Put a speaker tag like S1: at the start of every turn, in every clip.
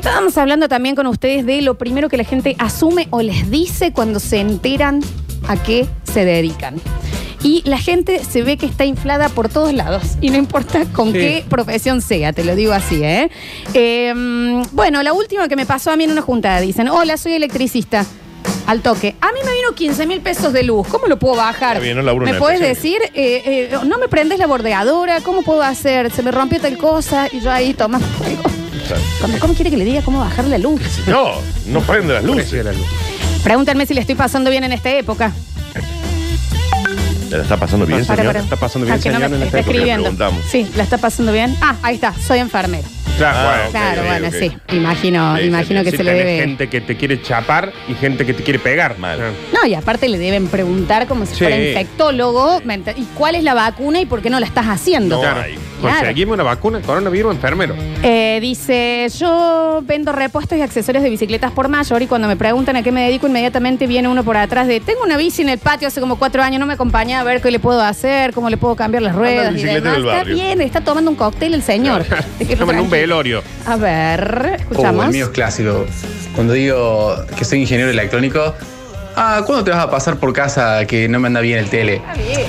S1: Estábamos hablando también con ustedes de lo primero que la gente asume o les dice cuando se enteran a qué se dedican. Y la gente se ve que está inflada por todos lados. Y no importa con
S2: Sí.
S1: qué profesión sea, te lo digo así, ¿eh? Eh, Bueno, la última que me pasó a mí en una juntada. Dicen, hola, soy electricista. Al toque. A mí me vino 15 mil pesos de luz. ¿Cómo lo puedo bajar?
S3: Está bien, no laburo
S1: ¿Me
S3: una
S1: puedes
S3: empresa.
S1: decir? Eh, eh, no me prendes la bordeadora. ¿Cómo puedo hacer? Se me rompió tal cosa. Y yo ahí, toma. ¿Cómo, cómo quiere que le diga cómo bajar la luz?
S3: No, no prende las
S2: Precio de
S3: luces.
S2: la luz.
S1: Pregúntame si le estoy pasando bien en esta época.
S3: ¿La está pasando bien,
S1: Para,
S3: señor?
S1: para.
S3: ¿Está pasando
S1: Ah,
S3: bien,
S1: que no
S3: señor?
S1: me
S3: en
S1: está
S3: esta época?
S1: escribiendo.
S3: Preguntamos.
S1: Sí, la está pasando bien. Ah, ahí está, soy enfermero.
S2: Claro,
S3: Ah,
S2: bueno.
S3: ok,
S1: claro,
S3: ok,
S1: bueno,
S3: ok.
S1: sí. Imagino,
S3: Sí,
S1: imagino
S3: sí,
S1: que
S3: sí,
S1: se le
S2: tenés
S1: debe.
S2: gente que te quiere chapar y gente que te quiere pegar.
S3: Mal.
S2: Ah.
S1: No, y aparte le deben preguntar como si
S2: Sí.
S1: fuera infectólogo, ¿me ent- ¿y cuál es la vacuna y por qué no la estás haciendo?
S3: No
S2: Claro.
S3: hay.
S2: Conseguime una vacuna, coronavirus, enfermero.
S1: Eh, dice, yo vendo repuestos y accesorios de bicicletas por mayor y cuando me preguntan a qué me dedico, inmediatamente viene uno por atrás de, tengo una bici en el patio hace como cuatro años, no me acompaña a ver qué le puedo hacer, cómo le puedo cambiar las ruedas. y
S3: bicicleta
S1: demás".
S3: del
S1: Está
S3: barrio.
S1: bien, está tomando un cóctel el señor. Déjelo
S2: Llaman un
S1: tranquilo.
S2: velorio.
S1: A ver,
S4: Oh,
S1: escuchamos.
S4: el mío es clásico. Cuando digo que soy ingeniero electrónico, ah, ¿cuándo te vas a pasar por casa que no me anda bien el tele?
S1: Está bien.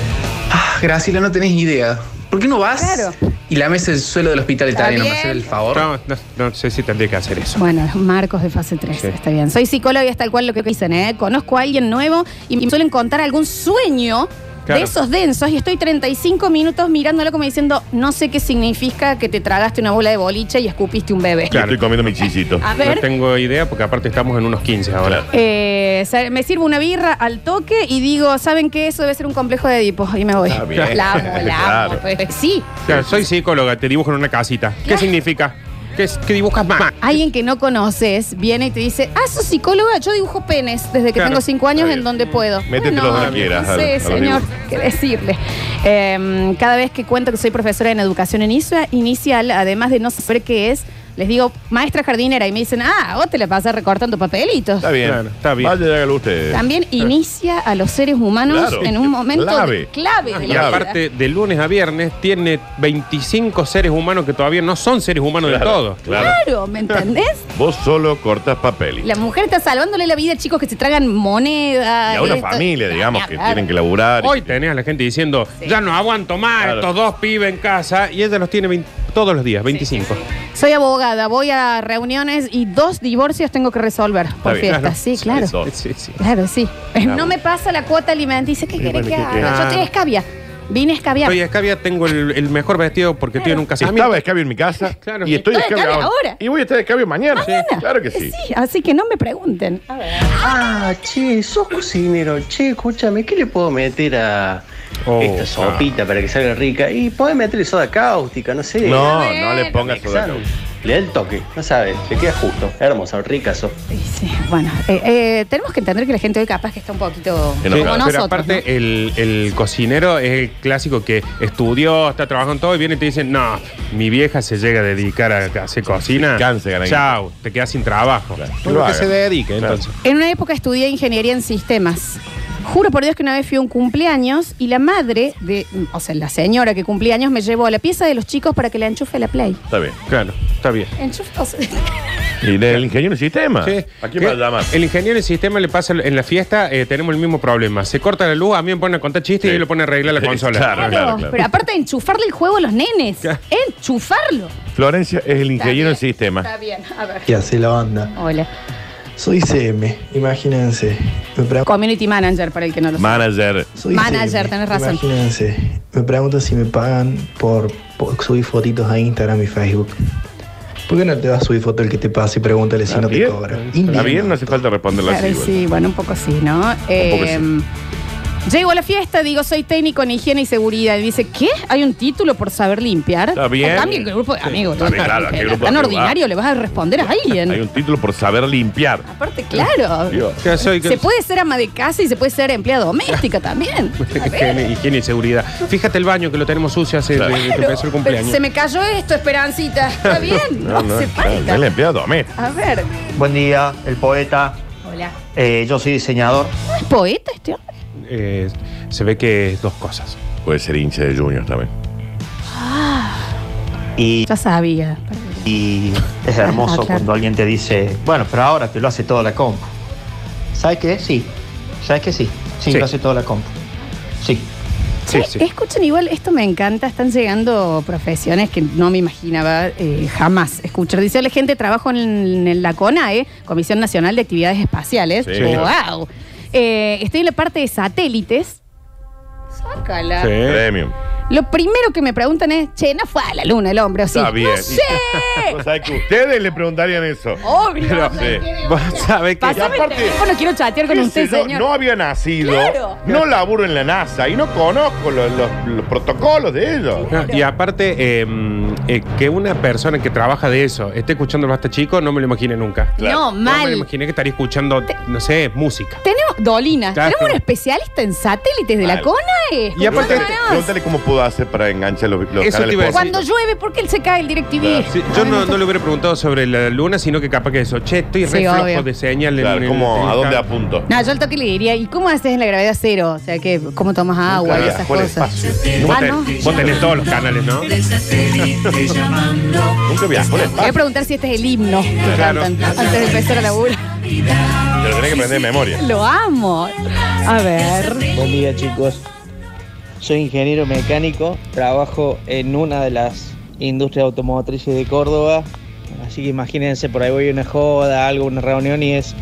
S4: Ah, Graciela, no tenés idea. ¿Por qué no vas?
S1: Claro.
S4: Y lames el suelo del hospital
S1: Está
S4: italiano, ¿me
S1: bien.
S4: haces el favor?
S2: No, no, no sé si tendría que hacer eso.
S1: Bueno, Marcos de fase 3,
S2: Sí.
S1: está bien. Soy psicóloga y es tal cual lo que dicen, ¿eh? Conozco a alguien nuevo y me suelen contar algún sueño
S2: Claro.
S1: de esos densos y estoy 35 minutos mirándolo como diciendo, no sé qué significa que te tragaste una bola de boliche y escupiste un bebé.
S3: Yo
S2: Claro.
S3: estoy comiendo mi chisito.
S1: A
S2: No
S1: ver,
S2: tengo idea porque aparte estamos en unos 15 ahora.
S1: eh, sa- me sirvo una birra al toque y digo, ¿saben qué? Eso debe ser un complejo de Edipo y me voy.
S3: Está bien.
S1: La amo, la amo.
S3: Claro.
S1: Pues, sí,
S2: Claro, soy psicóloga, te dibujo en una casita. ¿Qué significa? ¿Qué, es- qué dibujas más?
S1: Alguien que no conoces viene y te dice, ah, sos psicóloga, yo dibujo penes desde que
S2: Claro.
S1: tengo cinco años
S3: Está
S1: en
S3: bien.
S1: donde puedo.
S3: Métetelos donde quieras,
S1: No
S3: a-
S1: sé,
S3: a los
S1: señor,
S3: dibujos.
S1: qué decirle. Eh, cada vez que cuento que soy profesora en educación inicia- inicial, además de no saber qué es, les digo, maestra jardinera, y me dicen, ah, vos te la pasás recortando papelitos.
S3: Está bien.
S2: Claro, está bien.
S3: Vaya, hágalo usted.
S1: También inicia a los seres humanos
S3: Claro.
S1: en un momento
S3: Clave.
S1: de- clave de
S2: Y
S1: la vida.
S2: aparte, de lunes a viernes tiene 25 seres humanos que todavía no son seres humanos
S3: Claro,
S2: de todo.
S3: Claro.
S1: Claro, ¿me entendés?
S3: Vos solo cortas papel.
S1: La mujer está salvándole la vida a chicos que se tragan
S3: Y
S1: moneda.
S3: a una
S1: esto- Ah,
S3: familia, digamos, que
S1: Claro.
S3: tienen que laburar. y-
S2: Hoy tenés a la gente diciendo,
S1: Sí.
S2: ya no aguanto más
S3: Claro.
S2: estos dos pibes en casa y ella los tiene 20 todos los días, 25.
S1: Soy abogada, voy a reuniones y dos divorcios tengo que resolver por fiesta.
S3: bien,
S2: claro.
S1: Sí, claro.
S3: Eso.
S2: Sí, sí.
S1: Claro, sí.
S3: Claro.
S1: No me pasa la cuota alimenticia. Dice, ¿qué querés
S3: bueno,
S1: que
S3: ¿qué querés?
S1: haga? Yo estoy escabia. Vine a escabiar.
S2: Estoy escabia, tengo el, el mejor vestido porque estoy en un casamiento.
S3: Estaba escabio en mi casa
S2: Claro.
S3: y estoy
S1: Estoy
S3: escabio
S1: escabio
S3: ahora.
S1: ahora.
S3: Y voy a estar escabio mañana. Sí, Claro que sí.
S1: Ah, Sí, así que no me pregunten. A ver.
S5: Ah, che, sos cocinero, che, escúchame, ¿qué le puedo meter a
S2: Oh,
S5: esta sopita para que salga rica? Y podés meterle soda cáustica, no sé.
S3: No,
S1: A ver.
S3: no le pongas soda
S5: Sal.
S3: cáustica.
S5: Le da el toque, no sabes, le queda justo. Hermoso, rica sos.
S1: Sí, sí. Bueno, eh, eh, tenemos que entender que la gente hoy capaz que está un poquito
S3: Que
S2: Sí,
S3: no
S1: como
S3: claro.
S2: pero
S1: nosotros.
S2: aparte,
S1: ¿no?
S2: el, el cocinero es el clásico que estudió, está trabajando en todo y viene y te dicen, no, mi vieja se llega a dedicar a a hacer cocina.
S3: Descanse, ganancia.
S2: Chao, te quedas sin trabajo.
S3: Claro.
S2: Por
S3: Lo
S2: lo que
S3: haga.
S2: se dedique,
S3: Claro.
S2: entonces.
S1: En una época estudié ingeniería en sistemas. Juro por Dios que una vez fui a un cumpleaños y la madre de, o sea, la señora que cumplía años me llevó a la pieza de los chicos para que la enchufe la play.
S3: Está bien.
S2: Claro, está bien.
S1: Enchufe, o sea,
S3: ¿Y del ingeniero en sistema?
S2: Sí.
S3: Ah. ¿A quién va a
S2: Eh,
S3: llamar?
S2: El ingeniero en sistema le pasa en la fiesta, eh, tenemos el mismo problema. Se corta la luz, a mí me pone a contar chistes y
S3: Sí.
S2: yo le pone a arreglar la
S3: Sí,
S2: consola.
S3: claro, claro.
S1: Pero aparte de enchufarle el juego a los nenes.
S2: Claro.
S1: Enchufarlo.
S3: Florencia es el ingeniero en
S1: Está bien,
S3: sistema.
S1: Está bien, a ver.
S6: ¿Qué hace la banda?
S1: Hola.
S6: Soy CM, imagínense. Me pregun-
S1: Community manager, para el que no lo sabe.
S3: Manager.
S6: soy
S1: Manager, tenés razón.
S6: Imagínense. Me pregunto si me pagan por, por subir fotitos a Instagram y Facebook. ¿Por qué no te vas a subir foto el que te pasa y pregúntale si no te
S3: bien?
S6: cobra?
S3: Está
S6: Indignado.
S3: bien, no hace falta responderlo
S1: Claro,
S3: así.
S1: sí, bueno, un poco sí, ¿no? Eh, Llego a la fiesta, digo, soy técnico en higiene y seguridad. Y dice, ¿qué? ¿Hay un título por saber limpiar?
S3: Está bien.
S1: O cambia el grupo de amigos.
S3: Está bien, claro, ¿a qué grupo
S1: tan
S3: de amigos
S1: ordinario
S3: va?
S1: le vas a responder a alguien.
S3: Hay un título por saber limpiar.
S1: Aparte, claro.
S3: Dios.
S2: Ya soy-
S1: Se puede ser ama de casa y se puede ser empleada doméstica también. A ver.
S2: Higiene, higiene y seguridad. Fíjate el baño que lo tenemos sucio hace
S3: Claro.
S2: desde que empezó el cumpleaños.
S1: Pero Se me cayó esto, Esperancita. Está bien, no,
S3: No, no,
S1: hace
S3: claro, no
S1: falta.
S3: es la empleada doméstica.
S1: A ver.
S7: Buen día, el poeta.
S1: Hola.
S7: Eh, yo soy diseñador.
S1: ¿No es poeta este hombre?
S2: Eh, se ve que es dos cosas.
S3: Puede ser hincha de Junior también.
S7: Y
S1: Ya sabía.
S7: Y es
S1: Ah,
S7: hermoso
S1: claro.
S7: cuando alguien te dice, bueno, pero ahora te lo hace toda la compu. ¿Sabes qué? Sí. ¿Sabes qué? Sí. Sí,
S2: Sí.
S7: lo hace toda la compu. Sí.
S2: Sí,
S1: Eh,
S2: sí.
S1: Escuchen, igual esto me encanta. Están llegando profesiones que no me imaginaba eh, jamás escuchar. Dice la gente, trabajo en, en la CONAE, Comisión Nacional de Actividades Espaciales.
S3: Sí.
S1: ¡Wow! Eh, estoy en la parte de satélites. Sácala.
S2: Sí.
S3: Premium.
S1: Lo primero que me preguntan es, che, no fue a la luna el hombre, o sí.
S3: Está bien.
S1: ¡No sé!
S3: O sea, que ustedes le preguntarían eso.
S1: Obvio.
S2: Pero,
S1: me
S3: sí.
S1: quedé-
S2: Vos sabés que.
S1: Pásame
S3: aparte-
S1: el teléfono, quiero chatear con
S3: ¿Qué
S1: usted,
S3: sé yo?
S1: señor.
S3: No había nacido,
S1: Claro.
S3: no laburo en la NASA y no conozco los, los- los protocolos de ellos.
S2: No, Y aparte, eh, eh, que una persona que trabaja de eso esté escuchando el Basta Chico, no me lo imaginé nunca.
S3: Claro.
S1: No,
S2: No me
S1: mal.
S2: lo imaginé que estaría escuchando, no sé, música.
S1: Tenemos, Dolina,
S2: Claro.
S1: tenemos un especialista en satélites de la
S3: Mal.
S1: CONAE.
S2: Y aparte-
S3: Pregúntale,
S1: Escúchanos.
S3: pregúntale cómo pudo hacer para enganchar los, los
S2: Eso te iba a decir.
S1: Cuando llueve, ¿por qué él se cae el DirecTV?
S3: Claro,
S2: Sí, yo no, no le hubiera preguntado sobre la luna, sino que capaz que eso, che, estoy re
S1: Sí,
S2: flojo
S1: obvio.
S2: de señal en-
S3: Claro,
S2: en-
S3: ¿cómo-
S2: en-
S3: ¿A dónde apunto?
S1: No, yo al toque le diría, ¿y cómo haces en la gravedad cero? O sea, que ¿cómo tomas agua y
S3: Claro,
S1: esas
S3: ¿cuál
S1: cosas?
S3: espacio?
S2: Vos,
S1: Ah,
S2: ten-
S1: no.
S2: vos tenés todos los canales, ¿no?
S3: Nunca viajó al espacio.
S1: Voy a preguntar si este es el himno que
S2: Claro.
S1: cantan antes de empezar a laburar.
S3: Te lo tenés que aprender de memoria.
S1: Lo amo. A ver.
S8: Buen día chicos, soy ingeniero mecánico, trabajo en una de las industrias automotrices de Córdoba, así que imagínense, por ahí voy a una joda, algo, una reunión y es,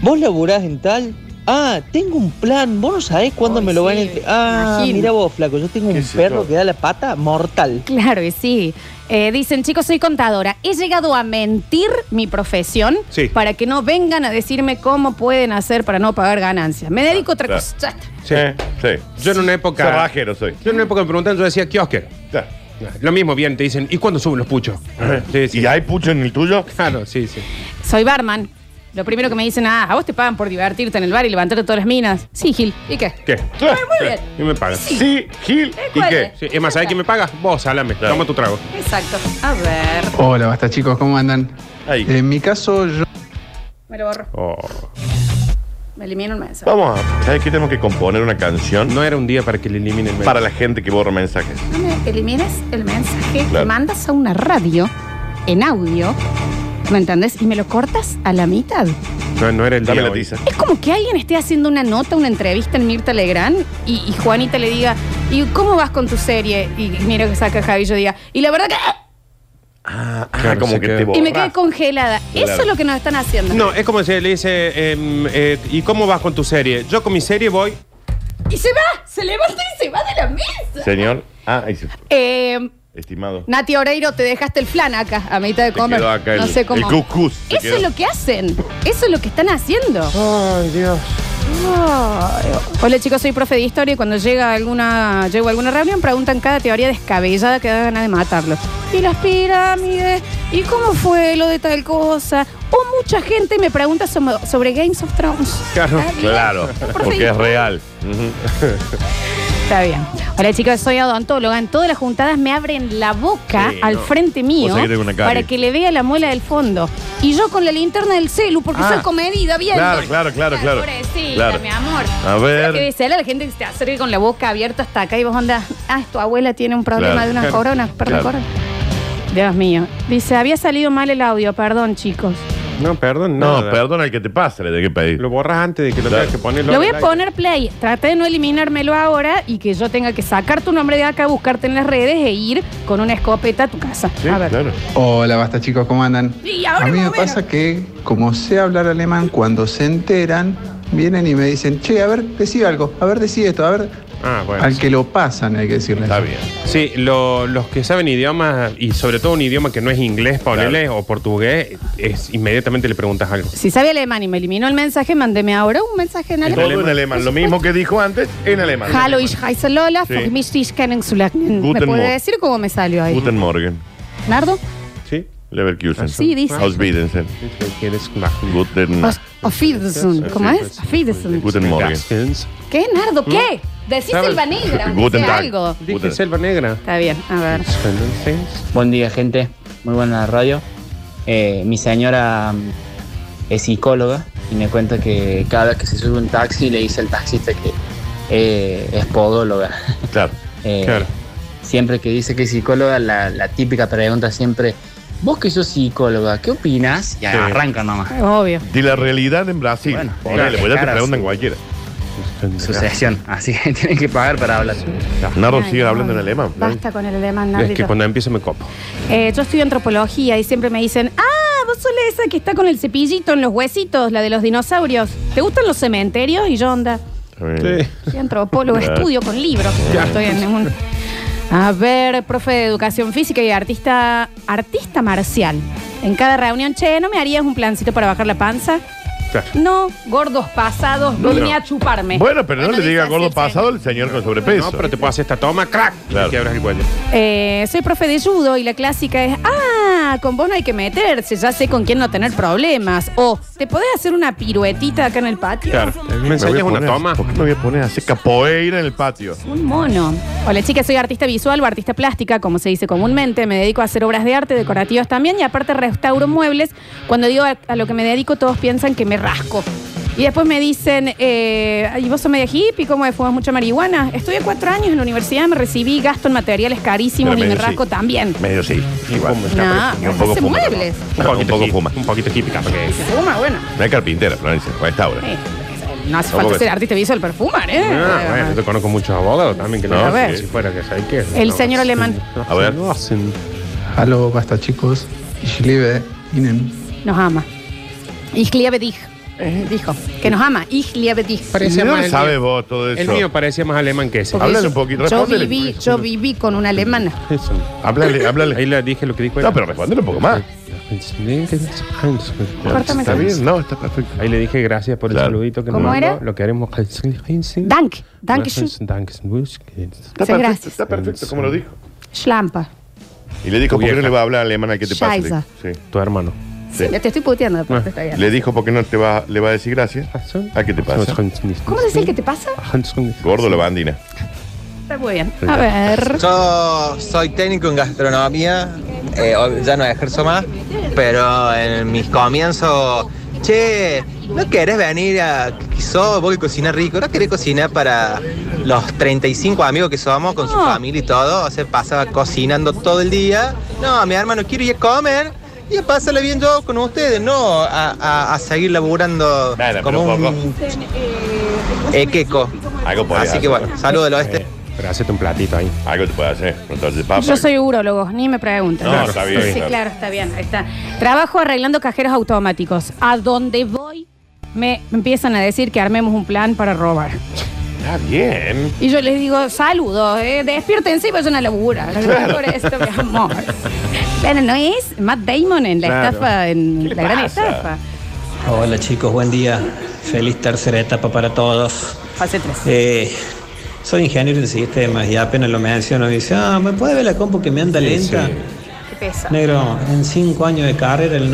S8: vos laburás en tal, ah, tengo un plan, vos no sabés cuándo
S1: Ay,
S8: me lo van a...
S1: sí,
S8: entre- Ah,
S1: imagino.
S8: mira vos flaco, yo tengo
S3: ¿Qué
S8: un
S3: es
S8: perro
S3: esto?
S8: que da la pata mortal.
S1: Claro, y sí. Eh, dicen, chicos, soy contadora. He llegado a mentir mi profesión
S2: Sí.
S1: para que no vengan a decirme cómo pueden hacer para no pagar ganancias. Me dedico a otra
S3: Claro.
S1: cosa. Ya está.
S2: Sí.
S3: Eh, sí.
S2: Yo en una época.
S3: Cerrajero soy.
S2: Yo en una época me preguntaban, yo decía, kiosquero.
S3: Claro.
S2: Lo mismo, bien, te dicen, ¿y cuándo suben los puchos? Sí, sí.
S3: ¿Y hay pucho en el tuyo?
S2: Claro, sí, sí.
S1: Soy barman. Lo primero que me dicen, ah, a vos te pagan por divertirte en el bar y levantarte todas las minas. Sí, Gil. ¿Y qué?
S2: ¿Qué?
S3: Claro.
S1: Muy bien.
S2: ¿Y me pagas?
S1: Sí.
S3: Sí, Gil. ¿Y
S1: ¿Cuál
S3: qué?
S1: es?
S2: Sí, Es más, ¿sabes quién me pagas? Vos, salame.
S3: Claro.
S2: Toma tu trago.
S1: Exacto. A ver.
S4: Hola, basta chicos, ¿cómo andan?
S3: Ahí.
S4: En mi caso, yo.
S1: Me lo borro.
S3: Oh.
S1: Me elimino el mensaje.
S3: Vamos a. ¿Sabes qué? Tenemos que componer una canción
S2: No era un día para que le eliminen el
S3: para la gente que borra mensajes.
S1: No me elimines el mensaje que
S3: Claro.
S1: mandas a una radio en audio. ¿Me entendés? Y me lo cortas a la mitad.
S2: No, no era el día.
S3: Dame la
S2: hoy.
S3: tiza.
S1: Es como que alguien esté haciendo una nota, una entrevista en Mirta Legrand y, y Juanita le diga, ¿y cómo vas con tu serie? Y mira que saca Javi y yo diga, y la verdad que... ¡ah!
S3: Ah, ah,
S2: Claro,
S3: como
S2: se
S3: que
S2: queda.
S3: te
S2: Y
S3: borras.
S1: Y me quedé congelada. Eso
S3: Claro.
S1: es lo que nos están haciendo.
S2: No, es como si le dice, em, eh, ¿y cómo vas con tu serie? Yo con mi serie voy.
S1: Y se va, se levanta y se va de la mesa.
S3: Señor. Ah, ahí se-
S1: Eh,
S3: Estimado.
S1: Nati Oreiro, te dejaste el flan acá, a mitad de
S3: Te
S1: comer.
S3: quedó acá
S1: no
S3: el-
S1: sé cómo.
S3: el cuscús, te
S1: Eso
S3: quedó.
S1: es lo que hacen. Eso es lo que están haciendo.
S2: Ay, Dios.
S1: Ay, Hola chicos, soy profe de historia y cuando llega alguna, llego a alguna reunión preguntan cada teoría descabellada que da ganas de matarlo. Y las pirámides, y cómo fue lo de tal cosa. O mucha gente me pregunta som- sobre Games of Thrones.
S2: Claro.
S1: Está bien.
S3: Claro,
S1: Por
S3: porque es
S1: Facebook.
S3: real. Ujú.
S1: Está bien. Hola chicos, soy odontóloga. En todas las juntadas me abren la boca
S3: Sí,
S1: al
S3: no.
S1: frente mío
S3: Vos sabés que tengo una carie.
S1: para que le vea la muela del fondo. Y yo con la linterna del celu, porque
S3: Ah.
S1: soy comedida, bien.
S3: Claro, claro, claro, claro.
S1: Pobrecita,
S3: Claro.
S1: mi amor.
S3: A
S1: Lo Que
S3: ver.
S1: decía a la gente que se te acerque con la boca abierta hasta acá y vos andas, ah, es tu abuela tiene un problema
S3: Claro.
S1: de una corona, perdón,
S3: Claro.
S1: corona. Dios mío. Dice, había salido mal el audio, perdón, chicos.
S2: No, perdón,
S3: No,
S2: nada.
S3: perdona el que te pase, le tengo que pedir.
S2: Lo borras antes de que lo
S3: Claro.
S2: tengas que poner.
S1: Lo voy a poner play. Traté de no eliminármelo ahora y que yo tenga que sacar tu nombre de acá, buscarte en las redes e ir con una escopeta a tu casa.
S3: Sí,
S1: a ver.
S3: claro.
S4: Hola, basta chicos, ¿cómo andan?
S1: Y ahora
S4: a mí
S1: más
S4: me
S1: o menos.
S4: pasa que, como sé hablar alemán, cuando se enteran, vienen y me dicen, che, a ver, decí algo, a ver, decí esto, a ver.
S2: Ah, bueno.
S4: Al que lo pasan hay que decirle.
S3: Está bien.
S2: Sí, lo- los que saben idiomas, y sobre todo un idioma que no es inglés, ponele, o portugués, es, inmediatamente le preguntas algo.
S1: Si sabe alemán y me eliminó el mensaje, mándeme ahora un mensaje en alemán.
S3: Todo en alemán. Lo mismo que dijo antes, en alemán.
S1: Hallo, ich heiße Lola,
S3: Sí.
S1: für mich dich kennenzulernen. ¿Me
S3: Guten
S1: puede
S3: Morgen.
S1: decir cómo me salió ahí?
S3: Guten Morgen.
S1: ¿Nardo?
S2: ¿Sí?
S3: Leverkusen.
S1: Sí, dice.
S3: Auf Wiedersehen.
S2: ¿Quieres
S3: Guten.
S1: Os- Auf Wiedersehen. ¿Cómo es? Auf Wiedersehen.
S3: Guten Morgen.
S1: ¿Qué, Nardo? ¿Qué? Decís
S2: ¿Sabe?
S1: Selva Negra, aunque
S3: Guten
S1: sea
S3: Tag.
S1: algo.
S2: Dije
S3: Guten-
S2: selva negra.
S1: Está bien, a ver.
S8: Buen día, gente. Muy buena radio. Eh, mi señora mm, es psicóloga y me cuenta que cada vez que se sube un taxi le dice al taxista que eh, es podóloga.
S3: Claro.
S8: Eh,
S2: Claro.
S8: Siempre que dice que es psicóloga, la, la típica pregunta siempre,
S9: Vos que sos psicóloga, ¿qué opinas? Y arrancan nomás.
S1: Obvio.
S3: De la realidad en Brasil.
S9: Bueno,
S3: Ponele,
S9: claro,
S3: pues ya te
S9: claro,
S3: preguntan
S9: sí.
S3: cualquiera.
S9: Sucesión. Así que tienen que pagar para hablar.
S3: Nardo
S1: Ay,
S3: sigue
S1: no,
S3: hablando en alemán. ¿eh? ¿no?
S1: Basta con el alemán,
S2: Es que
S1: Nardito.
S2: cuando empiezo me copo.
S1: Eh, yo estudio antropología y siempre me dicen, ah, vos sos la esa que está con el cepillito en los huesitos, la de los dinosaurios. ¿Te gustan los cementerios? Y yo onda.
S3: Eh,
S1: Soy antropólogo,
S3: Claro.
S1: estudio con libros. Estoy en un- A ver, profe de educación física y artista, artista marcial. En cada reunión, che, ¿no me harías un plancito para bajar la panza?
S2: Claro.
S1: No, gordos pasados,
S3: No,
S1: vine
S3: no.
S1: a chuparme.
S3: Bueno, pero no
S1: Bueno,
S3: le diga
S1: dice
S3: gordo
S1: así el
S3: pasado al señor con sobrepeso.
S2: No, pero te puedo hacer esta toma, crack.
S3: Claro.
S2: Y te abras el cuello.
S1: Eh, soy profe de judo y la clásica es, ah, con vos no hay que meterse, ya sé con quién no tener problemas. O, ¿te podés hacer una piruetita acá en el patio?
S2: Claro. ¿Me
S3: voy
S2: enseñas
S3: a
S2: una
S3: poner-
S2: toma?
S3: ¿Por qué me voy a poner a hacer capoeira en el patio?
S1: Un mono. Hola chicas, soy artista visual o artista plástica, como se dice comúnmente. Me dedico a hacer obras de arte, decorativas también, y aparte restauro muebles. Cuando digo a, a lo que me dedico, todos piensan que me rasco. Y después me dicen, eh, ¿y vos sos media hippie? ¿Cómo es? ¿Fumas mucha marihuana? Estudié cuatro años en la universidad, me recibí gasto en materiales carísimos
S3: Pero
S1: y me
S3: medio sí.
S1: rasco también.
S3: Medio sí. Igual.
S2: ¿Cómo
S1: No,
S3: Y un
S1: hace
S3: poco fuma.
S1: muebles.
S3: Un poquito,
S2: hip-
S3: fuma.
S2: Un poquito hippie, capaz que.
S1: Fuma, bueno.
S3: No hay carpintera, Florencia. Restaura.
S1: Eh, no hace
S3: No,
S1: falta
S3: porque-
S1: ser artista visual para fumar, ¿eh?
S2: Ah, bueno, yo te conozco muchos abogados también que
S3: No,
S2: no,
S1: sí.
S2: si fuera que sabes qué.
S1: El
S2: No,
S1: señor
S2: sí.
S1: alemán.
S3: A ver.
S2: No hacen.
S6: Aló, basta chicos. Ich liebe Ihnen.
S1: Nos ama. Ich liebe dich. eh, Dijo. Que nos ama. Ich liebe dich.
S3: ¿De
S2: Parecía
S3: dónde
S2: más el
S3: sabes
S2: mío.
S3: vos todo
S2: El
S3: eso?
S2: mío parecía más alemán que ese. Ah,
S1: Porque
S3: Háblale
S1: yo-
S3: un poquito,
S1: Yo
S3: respóndele.
S1: viví, yo viví con una alemana.
S2: Eso.
S3: Háblale, háblale.
S2: Ahí le dije lo que dijo él. Ah.
S3: No, pero respóndele un poco más.
S1: Córtame
S3: ¿Está
S1: con
S3: bien?
S1: eso.
S3: No, está perfecto.
S2: Ahí le dije gracias por el
S3: Claro.
S2: saludito que
S1: ¿Cómo
S2: nos
S1: era?
S2: mandó. Lo que haremos.
S1: Dank. Dankeschön.
S3: Está
S1: Muchas
S3: perfecto,
S1: gracias.
S3: está perfecto, como lo dijo.
S1: Schlampa.
S3: Y le
S2: Tu
S3: dijo, ¿por qué no
S2: vieja.
S3: le va a hablar alemán al que te pasa? Le dijo, Sí.
S2: Tu hermano.
S3: Sí.
S1: Te estoy puteando, pero
S2: Ah.
S1: está bien.
S3: Le dijo, ¿por qué no te va, le va a decir gracias? ¿A Ah, qué te pasa?
S1: ¿Cómo decís el que te pasa?
S3: Gordo la bandina.
S1: Está muy bien. A ver.
S5: Yo soy técnico en gastronomía, eh, ob- ya no ejerzo más, pero en mis comienzos, che, ¿no querés venir a quizás vos que cocinas rico? ¿No querés cocinar para los 35 amigos que somos con su
S1: No.
S5: familia y todo? Se pasa cocinando todo el día. No, mi hermano, quiero ir a comer. Y a pasarle bien yo con ustedes, no a, a- a seguir laburando
S3: Nada, pero
S5: como un equeco.
S3: Algo podés
S5: Así
S3: hacer.
S5: que bueno, saludos del oeste.
S2: Pero hacete un platito ahí.
S3: Algo te puede hacer. Entonces, papá.
S1: Yo soy urologo, ni me pregunten.
S3: Ah, No,
S1: Claro.
S3: está bien.
S1: Sí,
S3: claro.
S1: claro, está bien. Ahí está. Trabajo arreglando cajeros automáticos. A donde voy, me empiezan a decir que armemos un plan para robar.
S3: Está bien.
S1: Y yo les digo, saludos, eh, despiértense y vayan a laburar. Por esto, mi amor. Claro, ¿no es? Matt Damon en la
S2: Claro.
S1: estafa, en
S3: le
S1: la gran
S3: pasa?
S1: estafa.
S10: Hola chicos, buen día. Feliz tercera etapa para todos.
S1: Fase 3.
S10: Eh, soy ingeniero en sistemas y apenas lo menciono. Dice, ah, ¿me puede ver la compu que me anda lenta?
S1: Qué pesa.
S10: Negro, en cinco años de carrera, el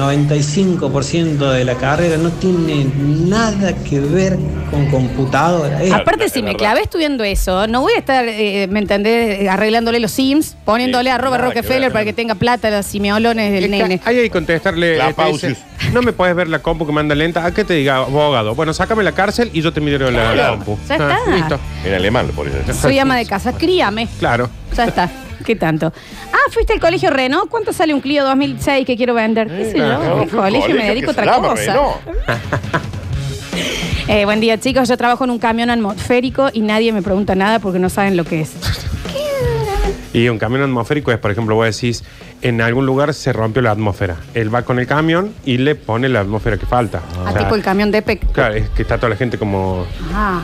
S10: 95% de la carrera no tiene nada que ver con computadora.
S11: Ah,
S10: Es
S1: Aparte,
S3: es
S1: si me
S3: verdad.
S1: clavé estudiando eso, no voy a estar, eh, ¿me entendés? Eh, Arreglándole los Sims, poniéndole
S3: Sí,
S1: arroba
S3: nada que
S1: Rockefeller
S3: ver,
S1: para
S3: ¿no?
S1: que tenga plata los simeolones del
S2: Está-
S1: nene.
S2: Ahí hay que contestarle.
S3: La
S2: eh, te dice, no me puedes ver la compu que manda lenta. ¿A qué te diga, abogado? Bueno, sácame la cárcel y yo te miro la, la
S3: Claro.
S2: compu.
S1: Ya
S2: Ah,
S1: está.
S2: listo.
S3: En alemán lo podés hacer.
S1: Soy ama de casa, críame.
S2: Claro.
S1: Ya está. ¿Qué tanto? Ah, fuiste al colegio Renault. ¿Cuánto sale un Clio 2006 que quiero vender? ¿Qué sé yo?
S3: Claro,
S1: Fui al
S3: fue un
S1: colegio y me
S3: colegio
S1: dedico a
S3: que se
S1: otra
S3: llama
S1: cosa.
S3: Renault.
S1: Eh, buen día, chicos. Yo trabajo en un camión atmosférico y nadie me pregunta nada porque no saben lo que es.
S2: Ah, Y un camión atmosférico es, por ejemplo, vos decís, en algún lugar se rompió la atmósfera. Él va con el camión y le pone la atmósfera que falta. O
S1: Ah,
S2: sea,
S1: tipo el camión de PEC.
S2: Claro, es que está toda la gente como.
S1: Ah.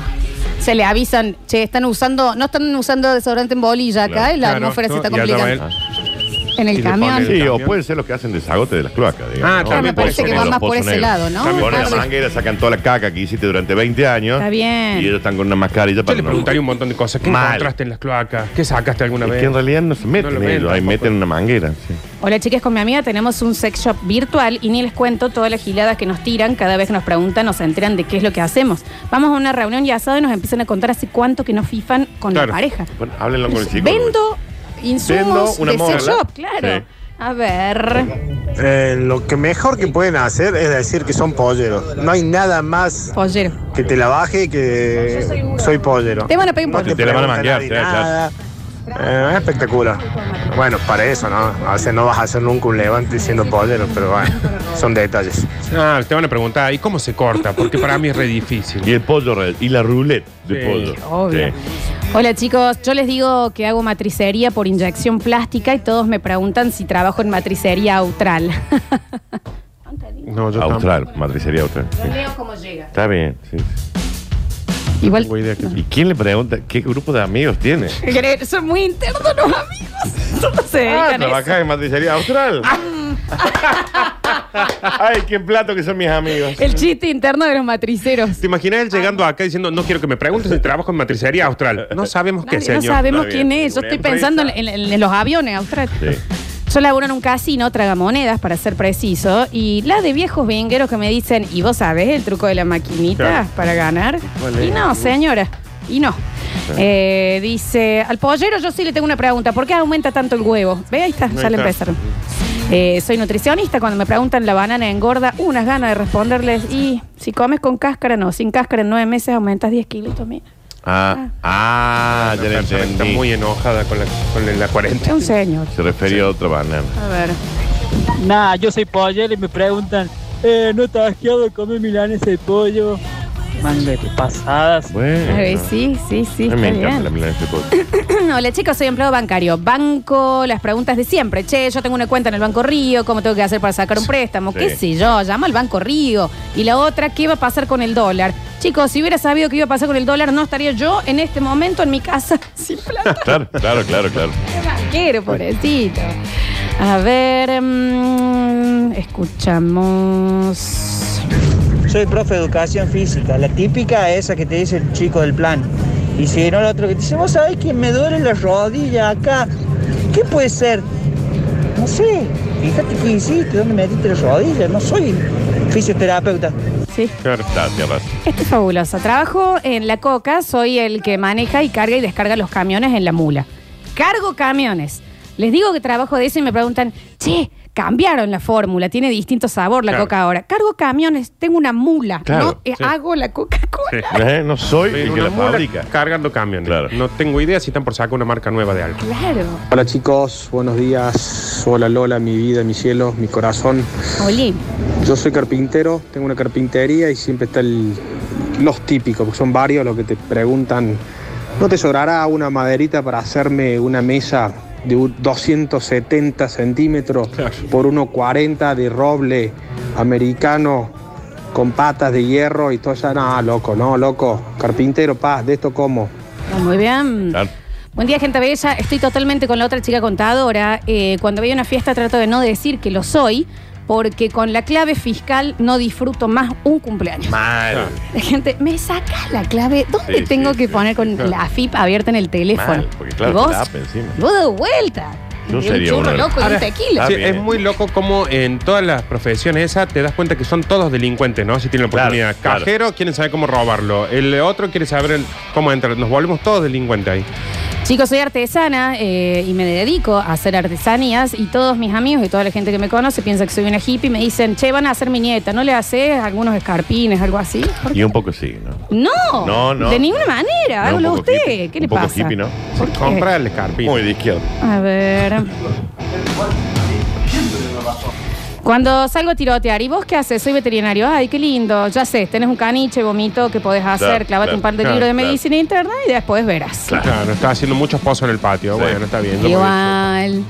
S1: Se le avisan, che, están usando, no están usando desodorante en bolilla acá, y la
S2: Claro,
S1: atmósfera se
S2: ¿no?
S1: está
S2: Y allá va
S1: complicando. En
S2: y
S1: el
S2: le
S1: camión.
S2: ponen-
S3: Sí, o
S2: Camión.
S3: puede ser los que hacen desagote de las cloacas. digamos,
S2: Ah,
S3: ¿no?
S2: claro, me
S3: Los
S2: parece
S3: pozos
S2: que
S3: negros,
S2: va
S1: más por
S3: pozos
S1: ese
S3: negros.
S1: lado, ¿no?
S3: Ponen la
S1: Claro.
S3: manguera, sacan toda la caca que hiciste durante 20 años.
S1: Está bien.
S3: Y ellos están con una mascarilla
S2: Yo
S3: para
S2: le
S3: no-
S2: preguntaría un montón de cosas. ¿Qué
S3: Mal.
S2: encontraste en las cloacas? ¿Qué sacaste alguna
S3: Es
S2: vez?
S3: que en realidad no se meten
S2: No lo ven
S3: ellos, ahí
S2: tampoco.
S3: meten una manguera. sí.
S1: Hola chicas, con mi amiga tenemos un sex shop virtual y ni les cuento todas las giladas que nos tiran, cada vez que nos preguntan, nos enteran de qué es lo que hacemos. Vamos a una reunión y asado y nos empiezan a contar hace cuánto que nos fifan con
S2: Claro.
S1: la pareja.
S3: Bueno, háblenlo con el chico.
S1: Vendo
S2: pues.
S1: insumos
S3: Vendo una
S1: de sex
S3: morla.
S1: shop, claro.
S3: Sí.
S1: A ver,
S11: eh,
S10: lo que mejor que pueden hacer es decir que son polleros. No hay nada más
S1: pollero.
S10: que te la baje que soy pollero.
S1: Te van a pedir un
S10: No
S1: postre.
S3: Te la van a
S10: pregunta
S3: manguear,
S10: nadie
S3: claro,
S10: nada.
S12: Eh, es espectacular. Bueno, para eso, ¿no? O sea, no vas a hacer nunca un levante siendo pollero, pero bueno, son detalles.
S2: Ah, te van a preguntar, ¿y cómo se corta? Porque para mí es re difícil.
S3: Y el pollo red, y la roulette de
S2: Sí,
S3: pollo.
S1: obvio.
S3: Sí.
S1: Hola chicos, yo les digo que hago matricería por inyección plástica y todos me preguntan si trabajo en matricería autral.
S2: No, yo
S3: Austral, matricería Austral. sí.
S1: Leo cómo llega.
S3: Está bien, sí.
S1: Igual.
S3: ¿Y quién le pregunta qué grupo de amigos tiene?
S1: Son muy internos los amigos. Solo se dedican a Mm,
S2: Ah,
S1: eso.
S3: Trabajás Ah, en matricería Austral. Ay, qué plato que son mis amigos.
S1: El chiste interno de los matriceros.
S2: ¿Te imaginas él llegando acá diciendo, no quiero que me preguntes si trabajo en matricería austral? No sabemos qué,
S1: Nadie-
S2: señor.
S1: no sabemos
S2: Está bien.
S1: quién es. Yo
S2: Una
S1: estoy
S2: empresa.
S1: pensando en, en- en los aviones, Austral.
S3: Sí.
S1: Yo laburo en un casino, tragamonedas, para ser preciso, y la de viejos vingueros que me dicen, ¿y vos sabés el truco de la maquinita
S13: Claro.
S1: para ganar?
S13: cuál es?
S1: Y no, señora, y no.
S13: Sí.
S1: Eh, dice, al pollero yo sí le tengo una pregunta, ¿por qué aumenta tanto el huevo? Ve, ahí está,
S13: Ahí
S1: ya le
S13: está.
S1: empezaron. Eh, soy nutricionista, cuando me preguntan la banana engorda, unas ganas de responderles, y si comes con cáscara, no, sin cáscara en nueve meses aumentas 10 kilos, mira.
S3: Ah, ah, ya
S2: persona que Está muy enojada con la, con la 40.
S1: Es un señor.
S3: Se refería a otra banana.
S1: A ver.
S14: Nah, yo soy pollero y me preguntan, eh, ¿no estás asqueado de comer milanesa de pollo? Manga de pasadas.
S3: Bueno.
S1: Ay, sí, sí, sí.
S3: Ay,
S1: está
S3: me encanta
S1: bien.
S3: la milanesa de pollo.
S1: Hola chicos, soy empleado bancario. Banco, las preguntas de siempre. Che, yo tengo una cuenta en el Banco Río, ¿cómo tengo que hacer para sacar un préstamo?
S13: Sí.
S1: ¿Qué sé yo? Llamo al Banco Río. Y la otra, ¿qué va a pasar con el dólar? Chicos, si hubiera sabido que iba a pasar con el dólar, no estaría yo en este momento en mi casa sin plata.
S3: claro, claro, claro, claro.
S1: Banquero, pobrecito. A ver, mm, escuchamos.
S15: Soy profe de educación física, la típica esa que te dice el chico del plan. Y si no, el otro que te dice, vos sabés que me duele la rodilla acá. ¿Qué puede ser? No sé, fíjate qué hiciste, dónde metiste la rodilla, no soy fisioterapeuta.
S1: Sí.
S3: Claro. Gracias, gracias.
S1: Esto es fabuloso. Trabajo en la Coca, soy el que maneja y carga y descarga los camiones en la mula. Cargo camiones. Les digo que trabajo de eso y me preguntan, che, cambiaron la fórmula, tiene distinto sabor la
S3: Claro.
S1: Coca ahora. Cargo camiones, tengo una mula,
S2: Claro,
S1: no Eh,
S2: sí.
S1: hago la coca
S2: Sí.
S3: Eh, No soy
S2: Soy
S3: el que
S2: una
S3: la
S2: mula
S3: fabrica.
S2: Cargando camiones. No tengo idea si están por sacar una marca nueva de algo.
S1: Claro.
S11: Hola chicos, buenos días. Hola Lola, mi vida, mi cielo, mi corazón.
S1: Oli.
S11: Yo soy carpintero, tengo una carpintería y siempre está el- los típicos, porque son varios los que te preguntan, ¿no te sobrará una maderita para hacerme una mesa de un 270 centímetros por 1,40 de roble americano con patas de hierro y todo eso? No, loco, no, loco. Carpintero, paz, de esto como.
S1: Ah, Muy bien. Buen día, gente bella. Estoy totalmente con la otra chica contadora. Eh, cuando voy a una fiesta trato de no decir que lo soy, porque con la clave fiscal no disfruto más un cumpleaños.
S3: Mal.
S2: Ah.
S1: La gente, ¿me sacas la clave? ¿Dónde
S3: Sí,
S1: tengo
S3: sí,
S1: que
S3: sí,
S1: poner con
S3: claro.
S1: la FIP abierta en el teléfono?
S3: Mal, porque claro,
S1: ¿Y vos,
S3: te la app encima.
S1: vos de vuelta.
S3: Yo
S1: Y
S3: sería
S1: un churro
S3: uno de los-
S1: loco y
S3: Ahora,
S1: un tequila.
S2: Sí, es muy loco como en todas las profesiones esas te das cuenta que son todos delincuentes, ¿no? Si tienen la oportunidad.
S3: claro.
S2: Cajero quieren saber cómo robarlo. El otro quiere saber el- cómo entrar. Nos volvemos todos delincuentes ahí.
S1: Chicos, soy artesana eh, y me dedico a hacer artesanías y todos mis amigos y toda la gente que me conoce piensa que soy una hippie y me dicen, che, van a hacer mi nieta, ¿no le haces algunos escarpines, algo así? ¿Por qué?
S3: Y un poco sí, ¿no?
S1: No,
S3: No, no.
S1: de ninguna manera,
S3: No, un
S1: hágalo
S3: poco
S1: usted,
S3: hippie.
S1: ¿qué Ah,
S3: Un
S1: le
S3: poco
S1: pasa?
S3: hippie, ¿no?
S1: qué?
S2: Compra el escarpín.
S3: Muy de izquierda.
S1: A ver. Cuando salgo a tirotear, ¿y vos qué haces? Soy veterinario. Ay, qué lindo. Ya sé, tenés un caniche, vomito, que podés hacer?
S2: Claro,
S1: Clavate
S2: claro,
S1: un par de
S2: claro,
S1: libros de
S2: claro.
S1: medicina interna y después verás.
S2: Claro, está haciendo muchos pozos en el patio. Bueno, está bien. lo
S1: Igual.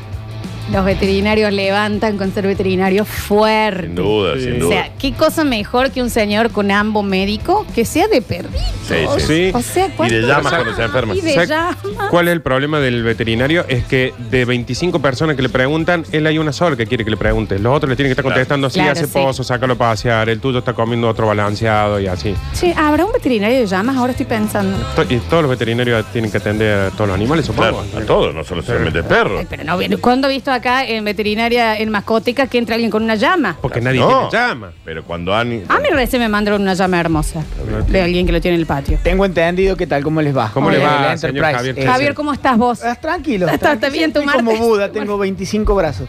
S1: Los veterinarios levantan con ser veterinario fuerte.
S3: Sin duda, sin
S1: O
S3: duda.
S1: sea, ¿qué cosa mejor que un señor con ambo médico que sea de perrito?
S3: Sí, sí.
S1: O sea,
S3: y
S1: ¿cuánto-
S3: le llamas cuando se enferma.
S1: Y de
S2: ¿Sabe
S1: llamas.
S2: ¿Cuál es el problema del veterinario? Es que de 25 personas que le preguntan, él hay una sola que quiere que le pregunte. Los otros le tienen que estar contestando, sí,
S1: Claro,
S2: hace
S1: sí.
S2: pozo, sácalo a pasear, el tuyo está comiendo otro balanceado y así.
S1: Che, ¿habrá un veterinario de llamas? Ahora estoy pensando.
S2: To- Y todos los veterinarios tienen que atender a todos los animales, supongo.
S3: a todos, no solo solamente perros.
S1: Pero no, bien, ¿cuándo he visto acá en veterinaria, en mascoteca, que entra alguien con una llama?
S2: Porque nadie
S3: No.
S2: tiene llama.
S3: Pero cuando Ani.
S1: A mí recién me mandaron una llama hermosa de alguien que lo tiene en el patio.
S16: Tengo entendido que tal como les va.
S2: ¿Cómo le
S16: Hola,
S2: va,
S16: la
S2: señor
S16: Enterprise.
S2: Javier?
S16: Eh,
S1: Javier, ¿cómo estás vos?
S16: tranquilo.
S1: Estás bien tu
S16: Estoy como Buda, tengo 25 brazos.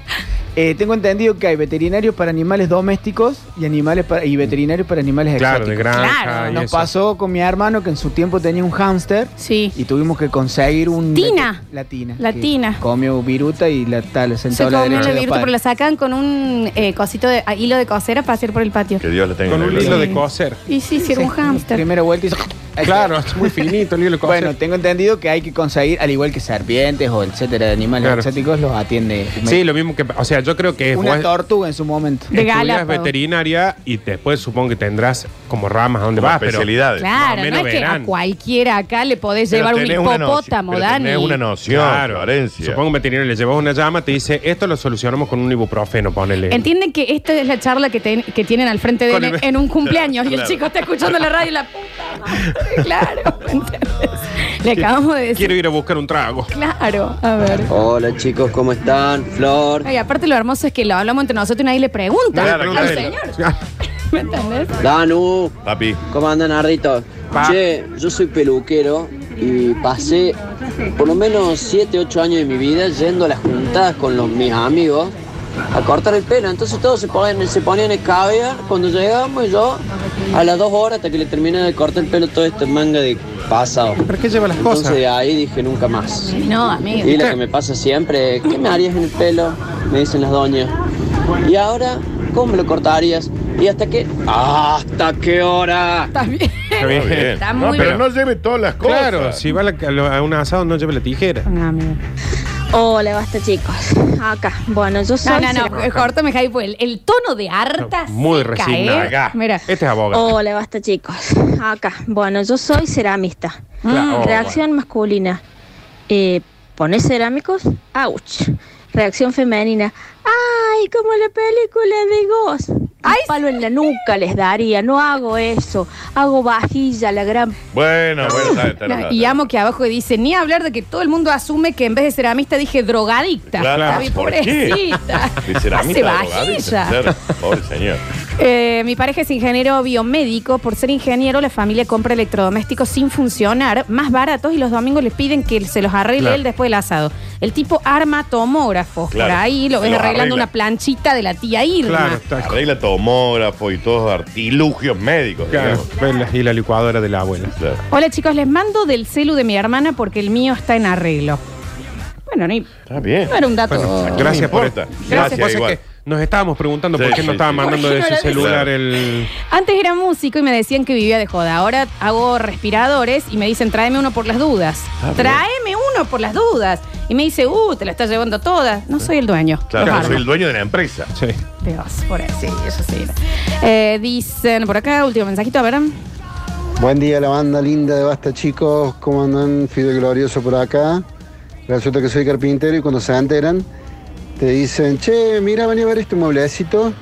S16: Eh, tengo entendido que hay veterinarios para animales domésticos y animales para- y veterinarios para animales
S2: Claro, de
S16: exóticos.
S2: granja Claro. y
S16: Nos
S2: eso.
S16: pasó con mi hermano que en su tiempo tenía un hámster y tuvimos que conseguir un
S1: Tina.
S16: Latina.
S1: La tina.
S16: Comió viruta y la tal
S1: Se
S16: sentado a la
S1: comió
S16: derecha
S1: la
S16: de la
S1: virtud,
S16: pared.
S1: pero la sacan con un eh, cosito de a hilo de cosera para hacer por el patio.
S3: Que Dios la tenga.
S2: Con
S3: en la
S2: un
S3: gloria.
S2: hilo de coser.
S1: Y sí, sí, era un hámster.
S16: Primera vuelta y
S2: Claro, es muy finito el hilo de
S16: Bueno, tengo entendido que hay que conseguir, al igual que serpientes o etcétera de animales
S2: Claro.
S16: exóticos, los atiende.
S2: Sí, lo mismo que. O sea, yo creo que.
S16: Una
S2: vos-
S16: tortuga en su momento.
S2: Estudias veterinaria y después supongo que tendrás como ramas a donde
S3: Como
S2: vas, pero
S3: especialidades.
S2: más o
S1: Claro, no
S2: menos
S1: es que
S2: verán.
S1: a cualquiera acá le podés llevar un hipopótamo, Dani.
S2: noción, Supongo un veterinario le llevas una llama, te dice, esto lo solucionamos con un ibuprofeno, ponele.
S1: Entienden que esta es la charla que, ten- que tienen al frente de
S2: Con
S1: él
S2: el-
S1: en un cumpleaños y el
S2: Claro.
S1: chico está escuchando la radio y la puta madre, claro, ¿me entiendes? Le acabamos de decir,
S2: Quiero ir a buscar un trago.
S1: claro, a ver.
S13: Hola chicos, ¿cómo están? Flor.
S1: Y aparte lo hermoso es que lo hablamos entre nosotros y nadie le pregunta
S13: Nadie le pregunta
S1: al
S13: a él.
S1: señor. ¿Me entendés?
S13: Danu.
S3: Papi.
S13: ¿Cómo andan, Arditos? Che, yo soy peluquero y pasé por lo menos 7, 8 años de mi vida yendo a las juntadas con los, mis amigos a cortar el pelo. Entonces todos se ponían, se ponían escabear cuando llegábamos y yo a las 2 horas hasta que le terminé de cortar el pelo todo este manga de pasado.
S2: ¿Por qué lleva las
S13: Entonces de ahí dije nunca más.
S1: No, amigo.
S13: Y lo que me pasa siempre es, ¿qué me harías en el pelo? Me dicen las doñas. Y ahora, ¿cómo me lo cortarías? ¿Y hasta qué? ¿Hasta qué hora?
S1: Está bien.
S2: Está bien.
S13: Está
S3: No,
S13: muy
S3: pero
S13: bien.
S3: no lleve todas las cosas.
S2: Claro, si va a, la- a lo- a un asado no lleve la tijera.
S17: Hola, basta chicos. Acá. Bueno, yo soy.
S1: No, no, no, eh, córtame, Javi, pues el, el tono de harta
S2: Muy
S1: seca, ¿eh?
S2: resignada.
S1: Mira.
S2: Este es abogado.
S1: Oh,
S17: Hola, basta chicos. Acá. Bueno, yo soy ceramista.
S2: Claro,
S17: Mm,
S2: oh,
S17: Reacción masculina. Eh, ¿Pones cerámicos? ¡Auch! Reacción femenina. ¡Ay, como la película de Ghost! ¡Ay! Palo en la nuca les daría. No hago eso. Hago vajilla, la gran
S3: Bueno, bueno, está, está,
S1: No,
S3: está,
S1: y
S3: está.
S1: amo que abajo dice, ni hablar de que todo el mundo asume que en vez de ceramista dije drogadicta.
S3: Claro,
S1: Javi,
S3: ¿por
S1: pobrecita.
S3: De ceramita,
S1: Hace
S3: abogado, de
S1: vajilla.
S3: ser- Pobre señor.
S1: Eh, mi pareja es ingeniero biomédico. Por ser ingeniero, la familia compra electrodomésticos sin funcionar, más baratos, y los domingos les piden que se los arregle
S17: Claro.
S1: él después del asado. El tipo arma tomógrafos.
S3: Claro.
S1: Por ahí lo
S3: Se
S1: ves
S3: los
S1: arreglando
S3: arregla.
S1: una planchita de la tía Irma.
S2: Claro, está.
S3: Arregla tomógrafo y todos artilugios médicos.
S2: Claro, ve la- y la licuadora de la abuela.
S1: Hola chicos, les mando del celu de mi hermana porque el mío está en arreglo. Bueno, ni...
S3: Está bien.
S1: No era un dato.
S2: Bueno,
S3: No
S2: gracias por
S3: importa.
S2: Gracias,
S3: Gracias,
S2: Pasa
S3: igual.
S2: que nos estábamos preguntando
S3: Sí,
S2: por qué
S3: sí,
S2: no estaba
S3: sí.
S2: mandando de
S3: ¿Por qué
S2: su
S3: no lo
S2: celular
S3: dice?
S2: el.
S1: Antes era músico y me decían que vivía de joda. Ahora hago respiradores y me dicen, tráeme uno por las dudas.
S2: Ah, bien.
S1: tráeme uno por las dudas. Y me dice, uh, te la estás llevando todas. No soy el dueño.
S3: Claro,
S1: Los
S3: yo soy
S1: armo.
S3: el dueño de la empresa.
S2: Sí.
S1: Dios, por ahí, sí, eso sí. Eh, dicen, por acá, último mensajito, a ver.
S18: Buen día, la banda linda de Basta, chicos. ¿Cómo andan? Fidel Glorioso por acá. Resulta que soy carpintero y cuando se enteran, te dicen, che, mira, vení a ver este mueblecito.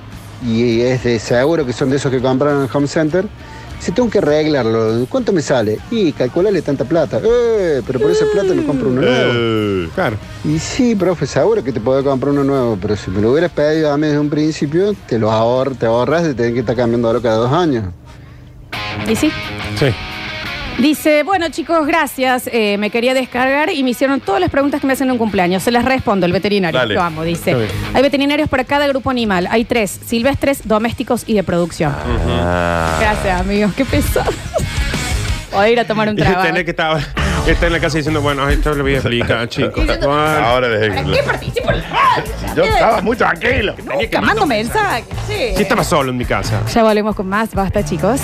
S18: Y es de seguro que son de esos que compraron en el Home Center. Si tengo que arreglarlo, ¿cuánto me sale? Y calcularle tanta plata. Eh, pero por esa plata lo compro uno
S3: Eh.
S18: nuevo.
S2: Claro.
S18: Y sí, profe, seguro que te puedo comprar uno nuevo, pero si me lo hubieras pedido a mí desde un principio, te lo ahor te ahorras de tener que estar cambiándolo cada dos años.
S1: Y sí.
S2: Sí.
S1: Dice, bueno chicos, gracias. Eh, me quería descargar y me hicieron todas las preguntas que me hacen en un cumpleaños. Se las respondo, el veterinario.
S17: Dale.
S1: Lo amo, dice.
S17: Está bien.
S1: Hay veterinarios para cada grupo animal. Hay tres, silvestres, domésticos y de producción.
S2: Ah.
S1: Gracias, amigos. Qué pesado. Voy a ir a tomar un
S2: Y
S1: trago.
S2: tenés que estar está en la casa diciendo, bueno, esto lo voy a explicar, chicos.
S1: Diciendo,
S2: Ahora
S1: ¿Para qué participo en la radio?
S2: Yo estaba muy tranquilo.
S1: Nunca mando mensajes. sí.
S2: Sí, estaba solo en mi casa.
S1: Ya volvemos con más. Basta, chicos.